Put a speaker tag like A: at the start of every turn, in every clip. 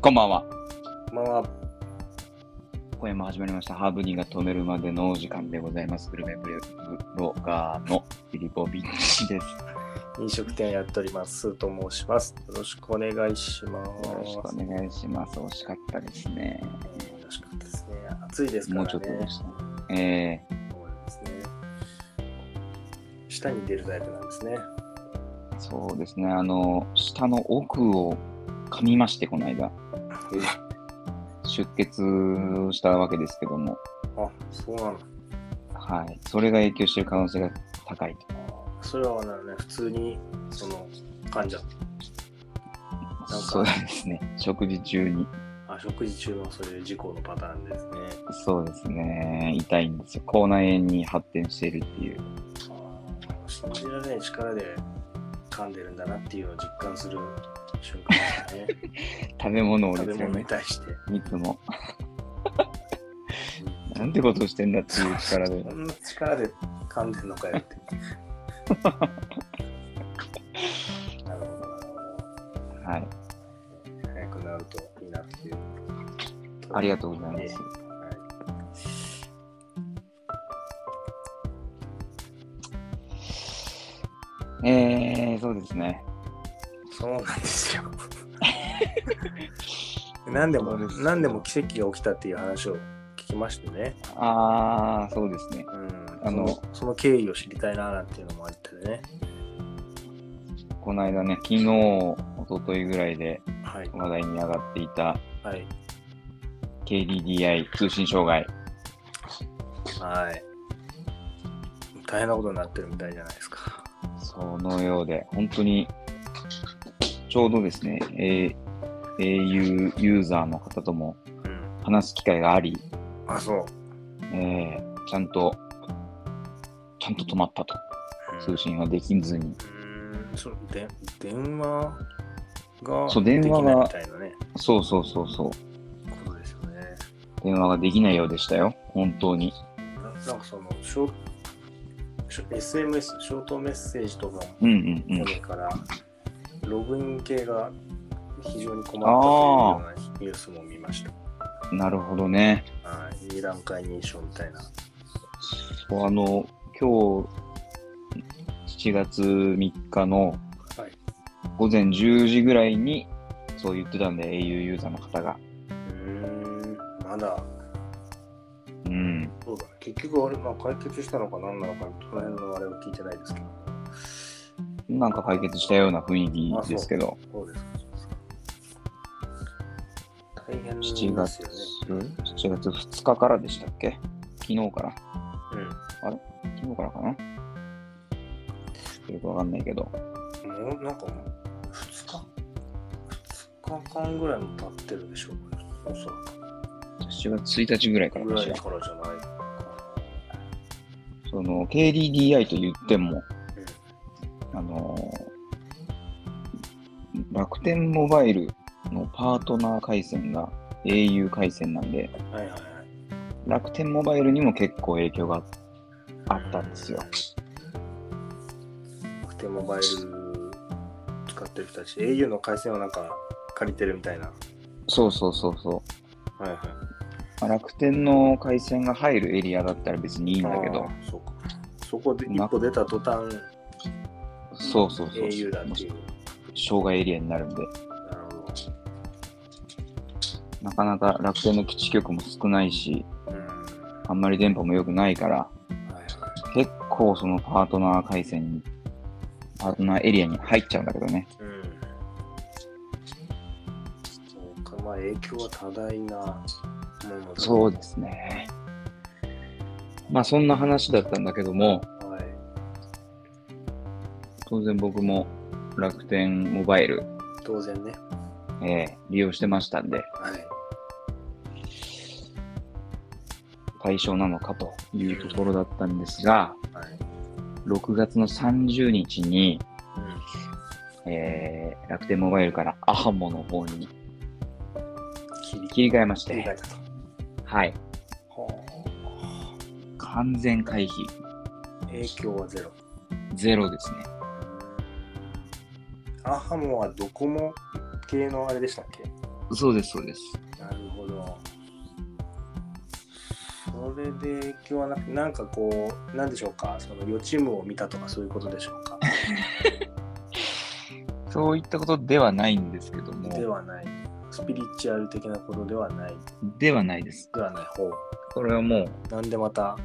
A: こんばんは。
B: まあ、
A: 今夜も始まりました。ハーブニーが止めるまでのお時間でございます。グルメブロガーのフィリポビッチです。
B: 飲食店やっております。スーと申します。よろしくお願いします。
A: よろしくお願いします。惜しかったですね。
B: よろしかったですね。暑いですか
A: も
B: ら
A: う
B: ね。
A: ちょっとでした。え
B: そうですね。下に出るタイプなんですね。
A: ー、そうですね。あの、下の奥を噛みまして、この間。出血したわけですけども、
B: あ、そうなの。
A: はい。それが影響している可能性が高いと。
B: それはなるね、普通に、その、患者。か
A: そうですね。食事中に。
B: あ、食事中のそういう事故のパターンですね。
A: そうですね。痛いんですよ。口内炎に発展しているっていう。
B: あ信じられない力で噛んでるんだなっていうのを実感する瞬間ですね。
A: 食べ物を
B: 食
A: で
B: べ
A: すよ
B: 物に
A: ね。
B: 対して。
A: いつも。 なんてことをしてんだっていう力で
B: こ。んな力で噛んでんのか よって。なるほどなるほ
A: はい。
B: ど。早くなるといいなっていう。
A: ありがとうございます。えー、そうですね。
B: はいそうなんで すよ。何でも
A: そうですよ
B: 何でも奇跡が起きたっていう話を聞きましてね。
A: あー、そうですね。
B: うん、
A: あ
B: あ
A: の
B: のそのその経緯を知りたいななんていうのもあってね。
A: この間ね、昨日、一昨日ぐらいで
B: はい
A: 話題に上がっていた
B: はい
A: KDDI 通信障害。
B: はい。大変なことになってるみたいじゃないですか。
A: そのようで、本当に、ちょうどですね、えー au ユーザーの方とも
B: うん。
A: 話す機会があり、
B: あそう。
A: えーちゃんと、ちゃんと止まったと。
B: うん
A: 通信はできずに。
B: うーんそうで電話が
A: そう電話が
B: できないみたいなね
A: そうそうそうそう。
B: ことですよね。
A: 電話ができないようでしたよ。本当に。
B: ななんかそのショショ SMS ショートメッセージとか
A: うんうんう
B: も
A: ん。
B: れから、ログイン系が非常に困ったというようなニュースも見ました。
A: なるほどね。
B: はい、二段階認証みたいな。
A: そうあの、今日、7月3日の
B: はい
A: 午前10時ぐらいに、そう言ってたんで、au ユーザーの方が。
B: うーんまだ
A: うん。
B: そうだね結局あれ、まあ、解決したのか何なのかその辺のあれは聞いてないですけど
A: なんか解決したような雰囲気ですけど。
B: そうですかそうですか大変ですよ
A: 7
B: ね。
A: 月、7月2日からでしたっけ昨日から
B: うん
A: 昨日からかなよくわかんないけど。
B: もうなんかもう2日2日間ぐらいも経ってるでしょうかねおそら
A: 7月1日ぐらいから
B: くぐ
A: からし
B: い
A: ら。
B: からじゃないか
A: その、KDDI と言っても、あのー楽天モバイルのパートナー回線が au 回線なんで、
B: な、はいはいはい
A: 楽天モバイルにも結構影響があったんですよ。
B: 楽天モバイル使ってる人たち au の回線をなんか借りてるみたいな
A: そうそうそうそう
B: はいはい
A: まあ。楽天の回線が入るエリアだったら別にいいんだけど、
B: そうかそこで一
A: な
B: 歩出た途端
A: そうそうそう。
B: au だっていう
A: 障害エリアになるんで、
B: なるほ
A: なかなか楽天の基地局も少ないし、
B: どうん
A: あんまり電波も良くないから、
B: はいは
A: 結構そのパートナー回線に、パートナーエリアに入っちゃうんだけどね。
B: いうんそうかまあ影響は多大なものだ
A: そうですね。まあそんな話だったんだけども、
B: はい
A: 当然僕も楽天モバイル、
B: 当然ね。
A: えー利用してましたんで、
B: はい。
A: 対象なのかというところだったんですが、
B: はい。
A: 6月の30日に、
B: うん。
A: えー楽天モバイルからアハモの方に
B: 切り
A: 切り替えまし
B: 切り替え
A: て、
B: たと。
A: はい、
B: は
A: 完全回避、
B: あ。影響はゼロ。
A: ゼロですね。
B: アハモはドコモ系のあれでしたっけ
A: そうです、そうです。
B: なるほど。それで影響はなく、なんかこう、なんでしょうか、その予知夢を見たとかそういうことでしょうか。
A: そういったことではないんですけども、
B: ではない。スピリチュアル的なことではない。
A: ではないです。
B: ではない方。
A: これはもう
B: なんでまた、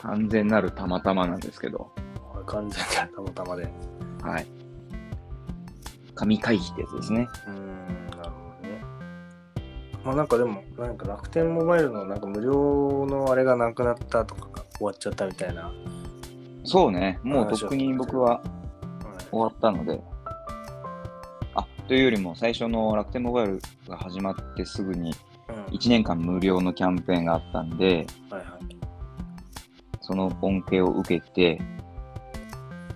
A: 完全なるたまたまなんですけど、
B: 完全なたまたまで。う
A: はい。神回避ってやつですね。
B: ーん、なるほどね。まあなんかでも、なんか楽天モバイルのなんか無料のあれがなくなったとかが終わっちゃったみたいな。はい
A: そうね、もうとっくに僕は終わったので、あ、というよりも最初の楽天モバイルが始まってすぐに
B: うん
A: 1年間無料のキャンペーンがあったんで、
B: はいはい。
A: その恩恵を受けて、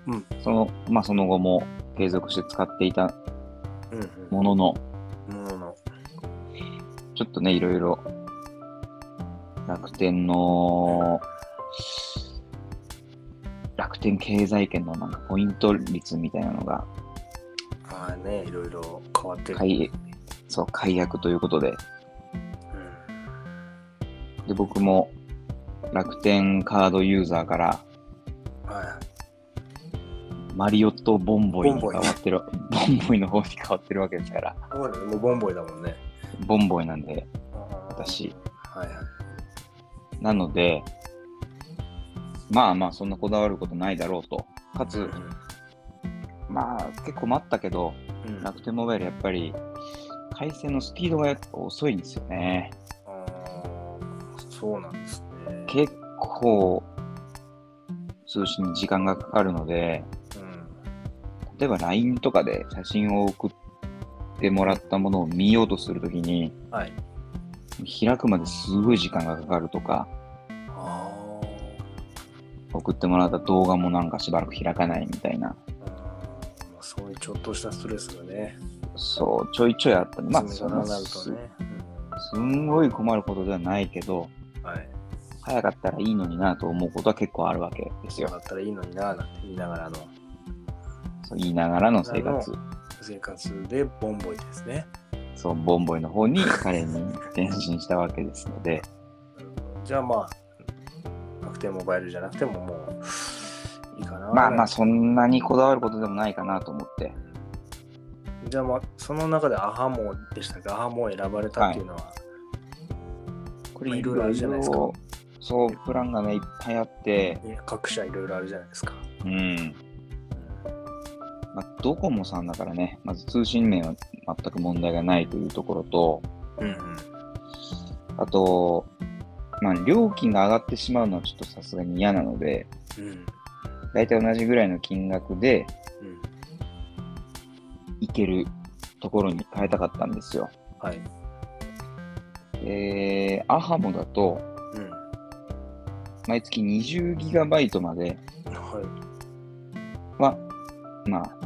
B: うん
A: その、まあその後も継続して使っていた
B: うん
A: ものの、
B: うん。ものの。
A: ちょっとね、いろいろ、楽天の、楽天経済圏のなんかポイント率みたいなのが、
B: まあね、いろいろ変わってる。
A: 解、そう、解約ということで、
B: うん
A: で、僕も楽天カードユーザーから、
B: は
A: マリオットボンボイに変
B: ボンボ
A: わ
B: イ
A: ってる、 ボンボイの方に変わってるわけですから、
B: い。そうだね、もうボンボイだもんね。
A: ボンボイなんで、
B: 私。
A: 私。
B: はいはい。
A: なので、まあまあ、そんなこだわることないだろうと。かつ、まあ、結構待ったけど、
B: うん。
A: 楽天モバイルやっぱり回線のスピードがやっぱ遅いんですよね。
B: あーそうなんですね。
A: 結構通信に時間がかかるので、
B: うん。
A: 例えば LINE とかで写真を送ってもらったものを見ようとするときに、
B: はい。
A: 開くまですごい時間がかかるとか、
B: あ
A: 送ってもらった動画もなんかしばらく開かないみたいな、
B: ーうんまあそういうちょっとしたストレスがね、
A: そう、ちょいちょいあったまあ、
B: 積
A: そ
B: み
A: ん
B: 重
A: な
B: なる
A: す
B: とね。
A: すんごい困ることではないけど、
B: うんはい。
A: 早かったらいいのになと思うことは結構あるわけですよ
B: だ。ったらいいのになぁなんて言いながらの
A: そう言いながらの生活。
B: 生活でボンボイですね。
A: そう、ボンボイの方に彼に転身したわけですので、
B: じゃあまあ、楽天モバイルじゃなくてももういいかな。
A: まあまあそんなにこだわることでもないかなと思って、
B: じゃあまあその中でアハモでしたがアハモ選ばれたっていうのは、
A: こ
B: まあいろいろあるじゃないですか
A: いろいろそう、プランがね、いっぱいあって、
B: いや各社いろいろあるじゃないですか。
A: うん。まあ、ドコモさんだからね、まず通信面は全く問題がないというところと、
B: うんうん。
A: あと、まあ、料金が上がってしまうのはちょっとさすがに嫌なので、
B: うん。
A: 大体同じぐらいの金額で
B: うん。
A: 行けるところに変えたかったんですよ。
B: はい。
A: えー、アハモだと、
B: うん。
A: 毎月 20GB まで
B: は
A: は、まあ、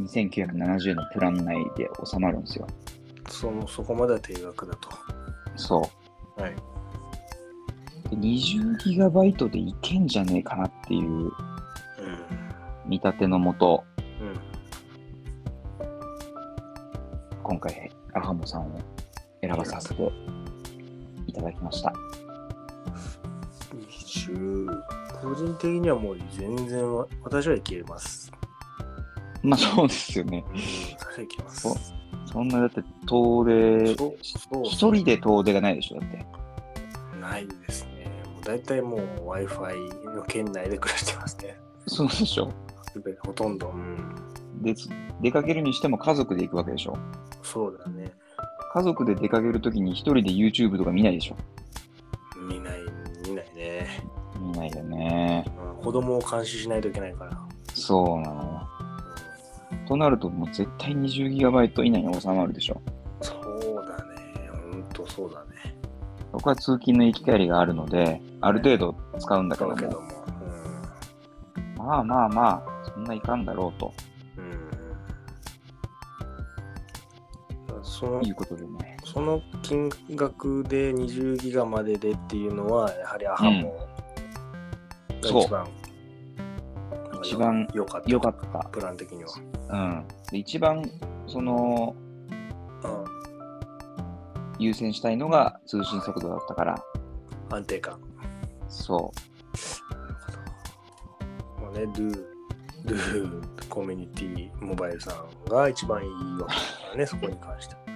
A: 2970円のプラン内で収まるんですよ。
B: い。そのそこまでは定額だと。
A: そ
B: はい。
A: う。で 20GB でいけんじゃねえかなっていう
B: う
A: 見立てのもと、
B: ん。うん。
A: 今回、アハモさんを選ばさせていただきました。
B: 20個人的にはもう全然わ私はいけます。
A: まあ、そうですよね。
B: うん。私はいけます。
A: おそんな、だって、遠出、
B: そうそう
A: 一人で遠出がないでしょ、だって。
B: ないですね。もう大体もう Wi-Fi の圏内で暮らしてますね。
A: そうでしょ。
B: 全てほとんど。うん。
A: で、出かけるにしても家族で行くわけでしょ。
B: そうだね。
A: 家族で出かけるときに一人で YouTube とか見ないでしょ。
B: 見ない、見ないね。
A: 見ないよね。
B: うん子供を監視しないといけないから。
A: そうなのよ。となると、もう絶対 20GB 以内に収まるでしょ。
B: そうだね。ほんとそうだね。
A: 僕は通勤の行き帰りがあるので、ある程度使うんだけ
B: だ
A: ど
B: けど
A: も、
B: も。
A: まあまあまあ、そんないかんだろうと
B: うん。うん、その
A: いうことでね。
B: その金額で20ギガまででっていうのは、やはりアハモが
A: そう
B: 一番、
A: 一番
B: 良かった。
A: よかった。
B: プラン的には。
A: うん。で一番、その、
B: うん
A: 優先したいのが通信速度だったから、
B: 安定感。
A: そ
B: まあね、ドゥ、ドゥ、コミュニティモバイルさんが一番いいわけだからね、そこに関しては。
A: う、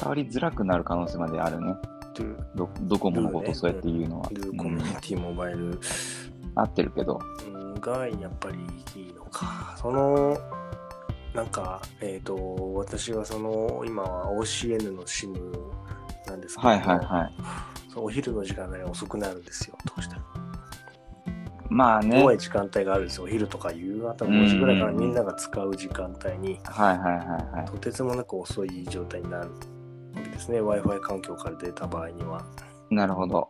A: 伝わりづらくなる可能性まであるね。
B: ドゥ、
A: ど、どこものことそうやって言うのは。
B: ドゥ
A: う
B: コミュ
A: ん
B: ニティモバイル
A: 合ってるけど。
B: がやっぱりいいのか。その、なんか、えっ、と、私はその、今は OCN の SIM なんですけど、
A: はいはいはい。
B: そのお昼の時間帯が遅くなるんですよ、どうしても。
A: まあね。
B: 多
A: はい
B: い時間帯があるんですよ、お昼とか夕方5時ぐらいからみんなが使う時間帯に、
A: はいはいはい。
B: とてつもなく遅い状態になるわけですね、Wi-Fi 環境から出た場合には。
A: なるほど。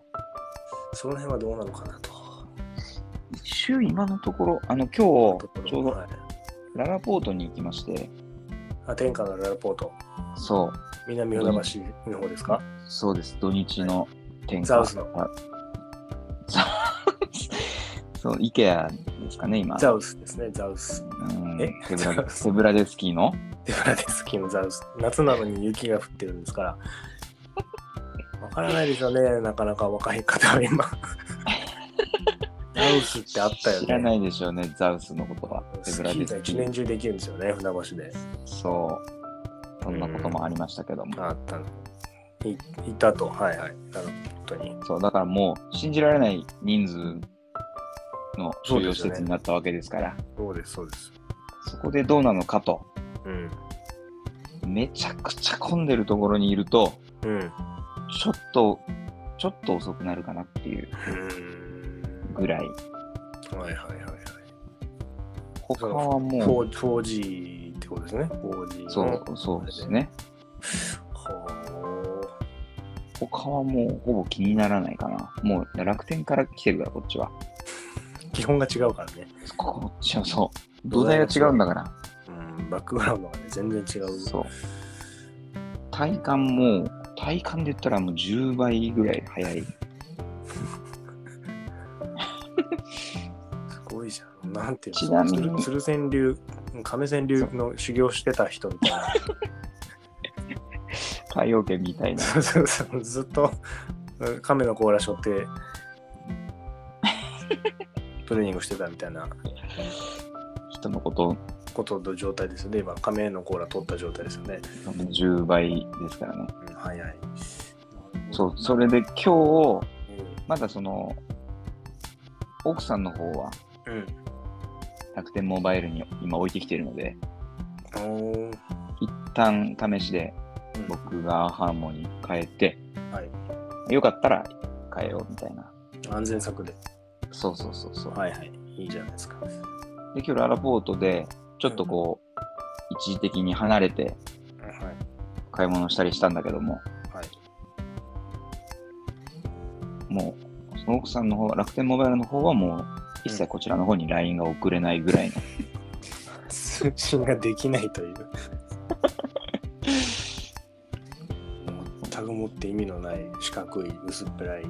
B: その辺はどうなのかなと。
A: 一応今のところ、あの、今
B: ところ
A: 日、ちょうど
B: はい
A: ララポートに行きまして、
B: あ天下のララポート、
A: そう、
B: 南船橋の方ですか、
A: そうです、土日の天下。
B: ザウスの
A: あザウスそう、イケアですかね、今。
B: ザウスですね、ザウス。
A: うん
B: え
A: 手ぶら
B: ザ
A: で
B: ウス
A: 手ぶらでスキーの
B: デブラデスキーのザウス。夏なのに雪が降ってるんですから。わからないですよね、なかなか若い方は今。ザウスってあったよね。
A: 知らないでしょうね、ザウスのことは。手
B: ス
A: ぶ
B: キ
A: らで
B: ーが
A: スキ
B: 一
A: ー
B: 年。中できるんですよね、船橋で。
A: そう。そんなこともありましたけども。
B: あったの。い行ったと、はいはい。なるほどに。
A: そう、だからもう、信じられない人数の収容施
B: そうですよね
A: 設になったわけですから、
B: そうです、そうです。
A: そこでどうなのかと。
B: うん。
A: めちゃくちゃ混んでるところにいると、
B: うん。う
A: ちょっと、ちょっと遅くなるかなっていう
B: ー
A: ぐらい。
B: ん。はいはいはいはい。
A: 他はも
B: 4- 4G ってことですね。4G
A: う、
B: の。
A: そう、そうですね。
B: はあ。
A: 他はもうほぼ気にならないかな。もう楽天から来てるから、こっちは。
B: 基本が違うからね。
A: ここっちはそう。土台が違うんだから。
B: うん。バックグラウンドがね、全然違う。
A: そう。体感も、体感で言ったらもう10倍ぐらい早い。
B: すごいじゃん。なんていうの
A: ちなみに
B: 鶴仙流、亀仙流の修行してた人みたいな。
A: 海洋圏みたいな。
B: そうそうそうずっと亀の甲羅背負ってトレーニングしてたみたいな
A: 人のことを
B: ことの状態ですよね今亀の甲羅取った状態ですよね、
A: 10倍ですからね。
B: うん、早い
A: そう、それで今日、
B: う
A: まだその、奥さんの方は
B: ん、うん
A: 楽天モバイルに今置いてきてるので、
B: おー
A: 一旦試しで
B: うん
A: 僕がハーモニー変えて、
B: はい
A: よかったら変えようみたいな。
B: 安全策で
A: そうそうそうそう。
B: はいはいいいじゃないですかは
A: で、今日ララポートで、ちょっとこう、一時的に離れて
B: い
A: 買い物したりしたんだけども、
B: はい
A: もう、その奥さんの方、楽天モバイルの方はもう、一切こちらの方に LINE が送れないぐらいの、
B: 通信ができないという全くもって意味のない四角い薄っぺらい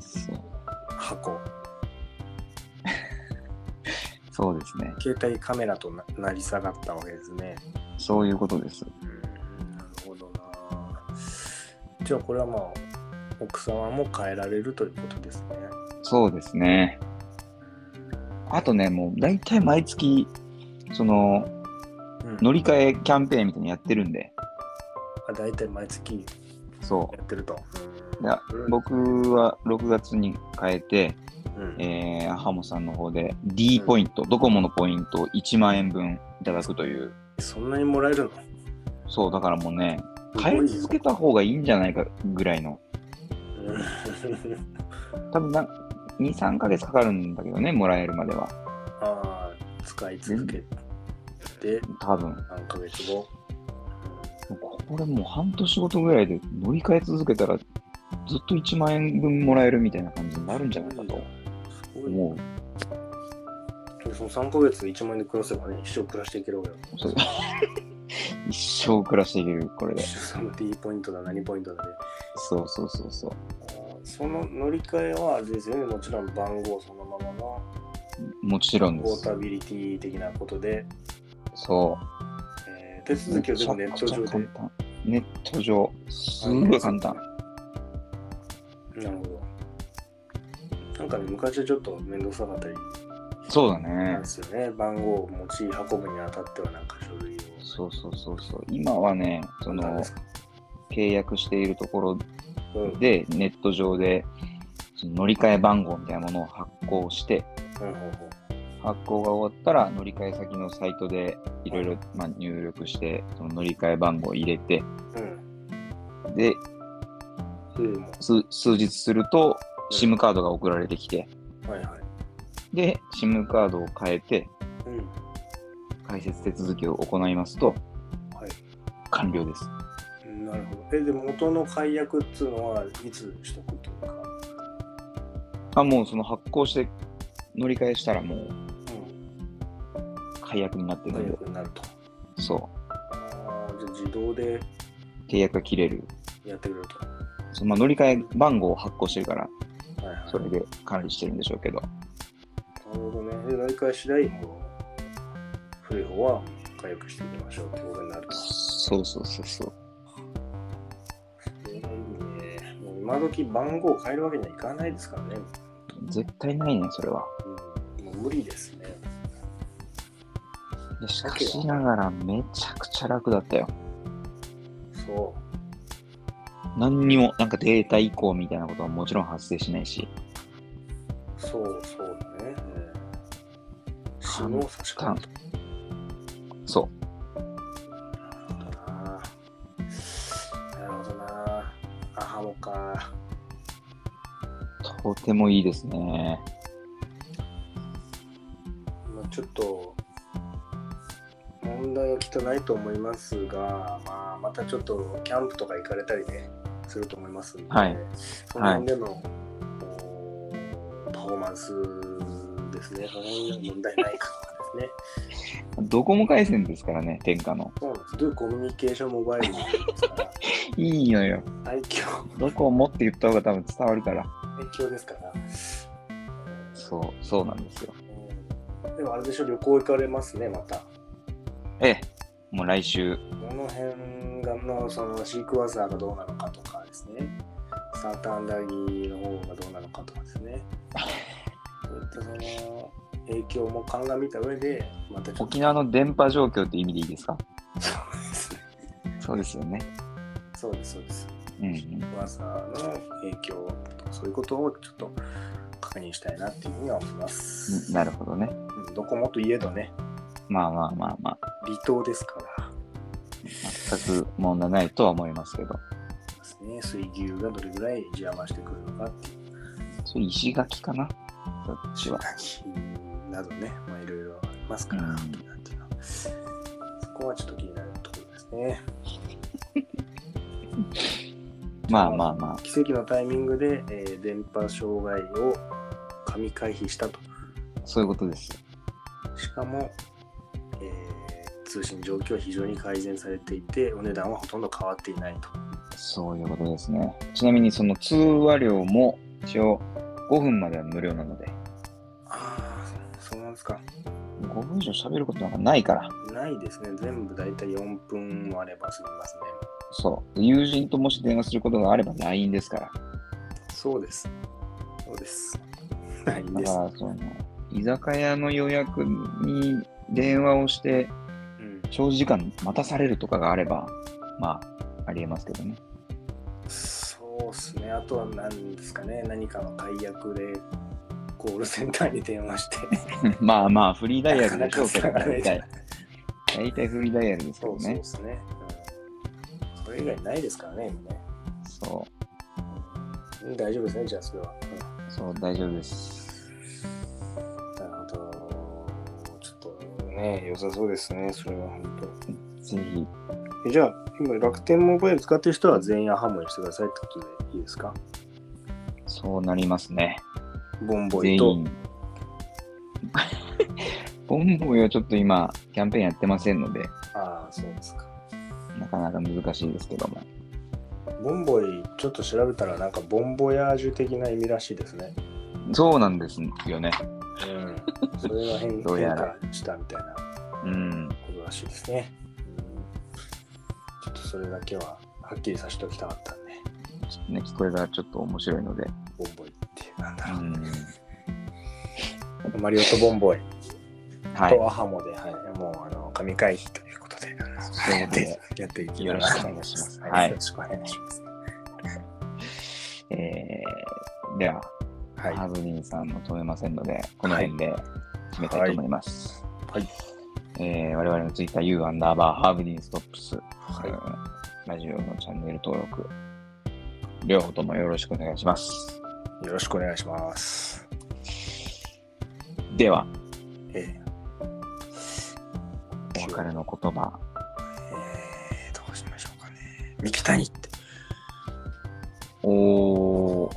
A: そう
B: 箱
A: そうですね。
B: 携帯カメラとな成り下がったわけですね。
A: そういうことです。
B: なるほどな。じゃあこれはまあ奥様も変えられるということですね。
A: そうですね。あとね、もう大体毎月、その、
B: うん
A: 乗り換えキャンペーンみたいにやってるんで、
B: あ大体毎月
A: そ
B: やってると。
A: う。で
B: うん、
A: 僕は6月に変えて、
B: うん
A: えー、ハモさんの方で D ポイント、ドコモのポイントを1万円分いただくという、
B: そんなにもらえるの
A: そう、だからもうね、変え続けた方がいいんじゃないかぐらいの、
B: うん
A: 多分な2、3ヶ月かかるんだけどね、もらえるまでは。
B: ああ、使い続けて
A: 多分
B: 何ヶ月後。
A: これもう半年ごとぐらいで乗り換え続けたら、ずっと1万円分もらえるみたいな感じになるんじゃないかと
B: すごい
A: 思う。
B: でその3ヶ月で1万円で暮らせばね、一生暮らしていけるわけだ
A: そう 一生暮らしていける、これで
B: 一。生 その D ポイントだ、何ポイントだね。
A: そうそうそうそう。
B: その乗り換えはあれですよね、もちろん番号そのままの
A: もちろん
B: ポ
A: で
B: ー
A: す
B: タ。ビリティ的なことで、
A: そ
B: えー手
A: う。
B: 続きを全部ネット上
A: めちゃくちゃ簡
B: で
A: 単。ネット上、すごい簡単。
B: なるほど。なんかね、昔はちょっと面倒くさかったり
A: そうだ
B: なん
A: ね
B: で。すよね。番号を持ち運ぶにあたっては、なんか書類を。
A: そうそうそうそう。今はね、そ
B: なん
A: の
B: ですか
A: 契約しているところ
B: うん。うん
A: で、ネット上でその乗り換え番号みたいなものを発行して、
B: ほうほ
A: 発行が終わったら乗り換え先のサイトでいろいろまあ入力して、その乗り換え番号を入れて、
B: ううん。
A: で、
B: それも。
A: 数数日すると、
B: うん
A: SIM カードが送られてきて、
B: はいはい。
A: で、SIM カードを変えて、
B: うん。
A: 開設手続きを行いますと、
B: は
A: 完了です。
B: い。なるほど。え、で、元の解約っつうのは、いつ取得というか。
A: あ、もうその発行して乗り換えしたらもう
B: うん。
A: 解約になってる
B: 解
A: ので、
B: 約になると。
A: そ
B: ああ、じゃあ自動で
A: う、契約が切れる。
B: やってくれると。
A: そのまあ乗り換え番号を発行してるから、
B: はいはい。
A: それで管理してるんでしょうけど、
B: なるほどね。で、乗り換え次第、もう、古い方は解約していきましょうってことになると。
A: そうそうそうそう。
B: いいね。もう今時番号を変えるわけにはいかないですからね。
A: 絶対ないね、それは。
B: うん、もう無理ですね。
A: いやしかしながらめちゃくちゃ楽だったよ。
B: そ
A: 何にも、なんかデータ移行みたいなことはもちろん発生しないし、
B: う、そう、そうだね。死の差し
A: 簡
B: か
A: 単そ
B: な。なるほどな。あはもか。
A: う、とてもいいですね。
B: まあ、ちょっと、問題はきっとないと思いますが、まあ、またちょっとキャンプとか行かれたりね、すると思いますんで、
A: はい
B: その辺での、こうパフォーマンスですね、その辺で問題ないかとかですね。
A: ドコモ回線ですからね、天下の。
B: そうなんです。Do コミュニケーションモバイルですから、
A: いいのよ。
B: 愛嬌、
A: ドコモって言った方が多分伝わるから。
B: 愛嬌ですから。
A: そう、そうなんですよ。
B: うんでもあれでしょ、旅行行かれますね、また。
A: ええ、もう来週、
B: この辺がのそのシークワーサーがどうなのかとかですね、サーターアンダギーの方がどうなのかとかですね、そういったその影響も鑑みた上で、またちょっと
A: 沖縄の電波状況って意味でいいですか
B: そ
A: そう
B: うですね。
A: ですよね。
B: そうです、そうです。
A: うん、う
B: シ
A: ん。
B: ークワーサーの影響とか、そういうことをちょっと確認したいなっていうふうには思います。
A: なるほどね。
B: うんどこもといえどね、
A: まあまあまあまあ、
B: 離島ですから。
A: 全く問題ないとは思いますけど。
B: ですね、水牛がどれぐらい邪魔してくるのかっていう
A: それ石垣かなそっちは。
B: などね、まあ、いろいろありますから、
A: うん
B: なんていうのそこはちょっと気になるところですね。
A: まあまあまあ。
B: 奇跡のタイミングで、えー電波障害を神回避したと。
A: そういうことです。
B: しかも、えー通信状況は非常に改善されていて、お値段はほとんど変わっていないと。
A: そういうことですね。ちなみにその通話料も一応5分までは無料なので、
B: ああ、そうなんですか。
A: 5分以上喋ることなんかないから、
B: ないですね。全部だいたい4分もあれば済みますね。
A: そう。友人ともし電話することがあれば LINE ですから。
B: そうです。そうです。ない
A: だ
B: です
A: か。ら、その、居酒屋の予約に電話をして、
B: うん
A: 長時間待たされるとかがあれば、まあ、ありえますけど ね。
B: そうですね、あとは何ですかね、何かの解約でコールセンターに電話して、
A: まあまあ、フリーダイヤルでしょうけど、
B: なかなか
A: 大
B: 伝
A: 体
B: わらな。
A: 大体フリーダイヤルですけ
B: そ
A: ど
B: うそう
A: ね
B: で。すね、うんそれ以外ないですからね、今ね。
A: そ
B: うん大丈夫ですね、じゃあそれは。
A: う、そう、大丈夫です。
B: うんなるほど。ちょっとね、良さそうですね、それは本
A: ぜひ、
B: 当。えじゃあ、今、楽天モバイル使ってる人は全員アハモにしてくださいってことでいいですか
A: そうなりますね。
B: ボンボ
A: 全
B: イと。
A: 員。ボンボイはちょっと今、キャンペーンやってませんので、
B: ああ、そうですか。
A: なかなか難しいですけども。
B: ボンボイ、ちょっと調べたら、なんかボンボヤージュ的な意味らしいですね。
A: そうなんですよね。
B: うんそれが変
A: どうやら
B: 変化したみたいなこ
A: うん。
B: とらしいですね。うんちょっとそそれだけははっきりさせておきたかったんで、
A: ね、これがちょっと面白いので。
B: ボンボイっていう、なんだ
A: う
B: ろう、
A: ん
B: マリオとボンボイ
A: は
B: と
A: い。
B: アハモで、はいもうあの神回避ということで、
A: そう
B: やってやっていきたいと思い
A: よろ
B: ます。
A: しくお願いします
B: は、
A: はいい
B: よろしくお願いします。
A: えー、では、
B: はい、
A: ハズリンさんも止めませんので、この辺で決めたいと思います。
B: はいはい
A: えー我々のツイッター U アンダーバーハーブディンストップス、
B: はい
A: うんラジオのチャンネル登録、両方ともよろしくお願いします。
B: よろしくお願いします。
A: では、
B: え
A: お別れの言葉、
B: ー、えー、どうしましょうかね。三木谷って。
A: おー、
B: おー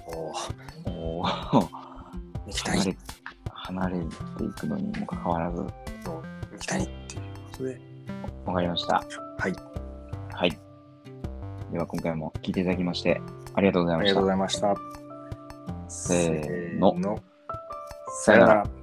A: おー
B: 三
A: 離
B: 木谷
A: れ、離れていくのにもかかわらず、
B: の三木谷っていうことで。
A: わかりました。
B: はい、
A: はい。では、今回も聞いていただきまして、ありがとうござい
B: あ
A: ま
B: りが
A: した
B: とうご。ざいました。
A: せーの
B: せーの。
A: さよなら。
B: ら。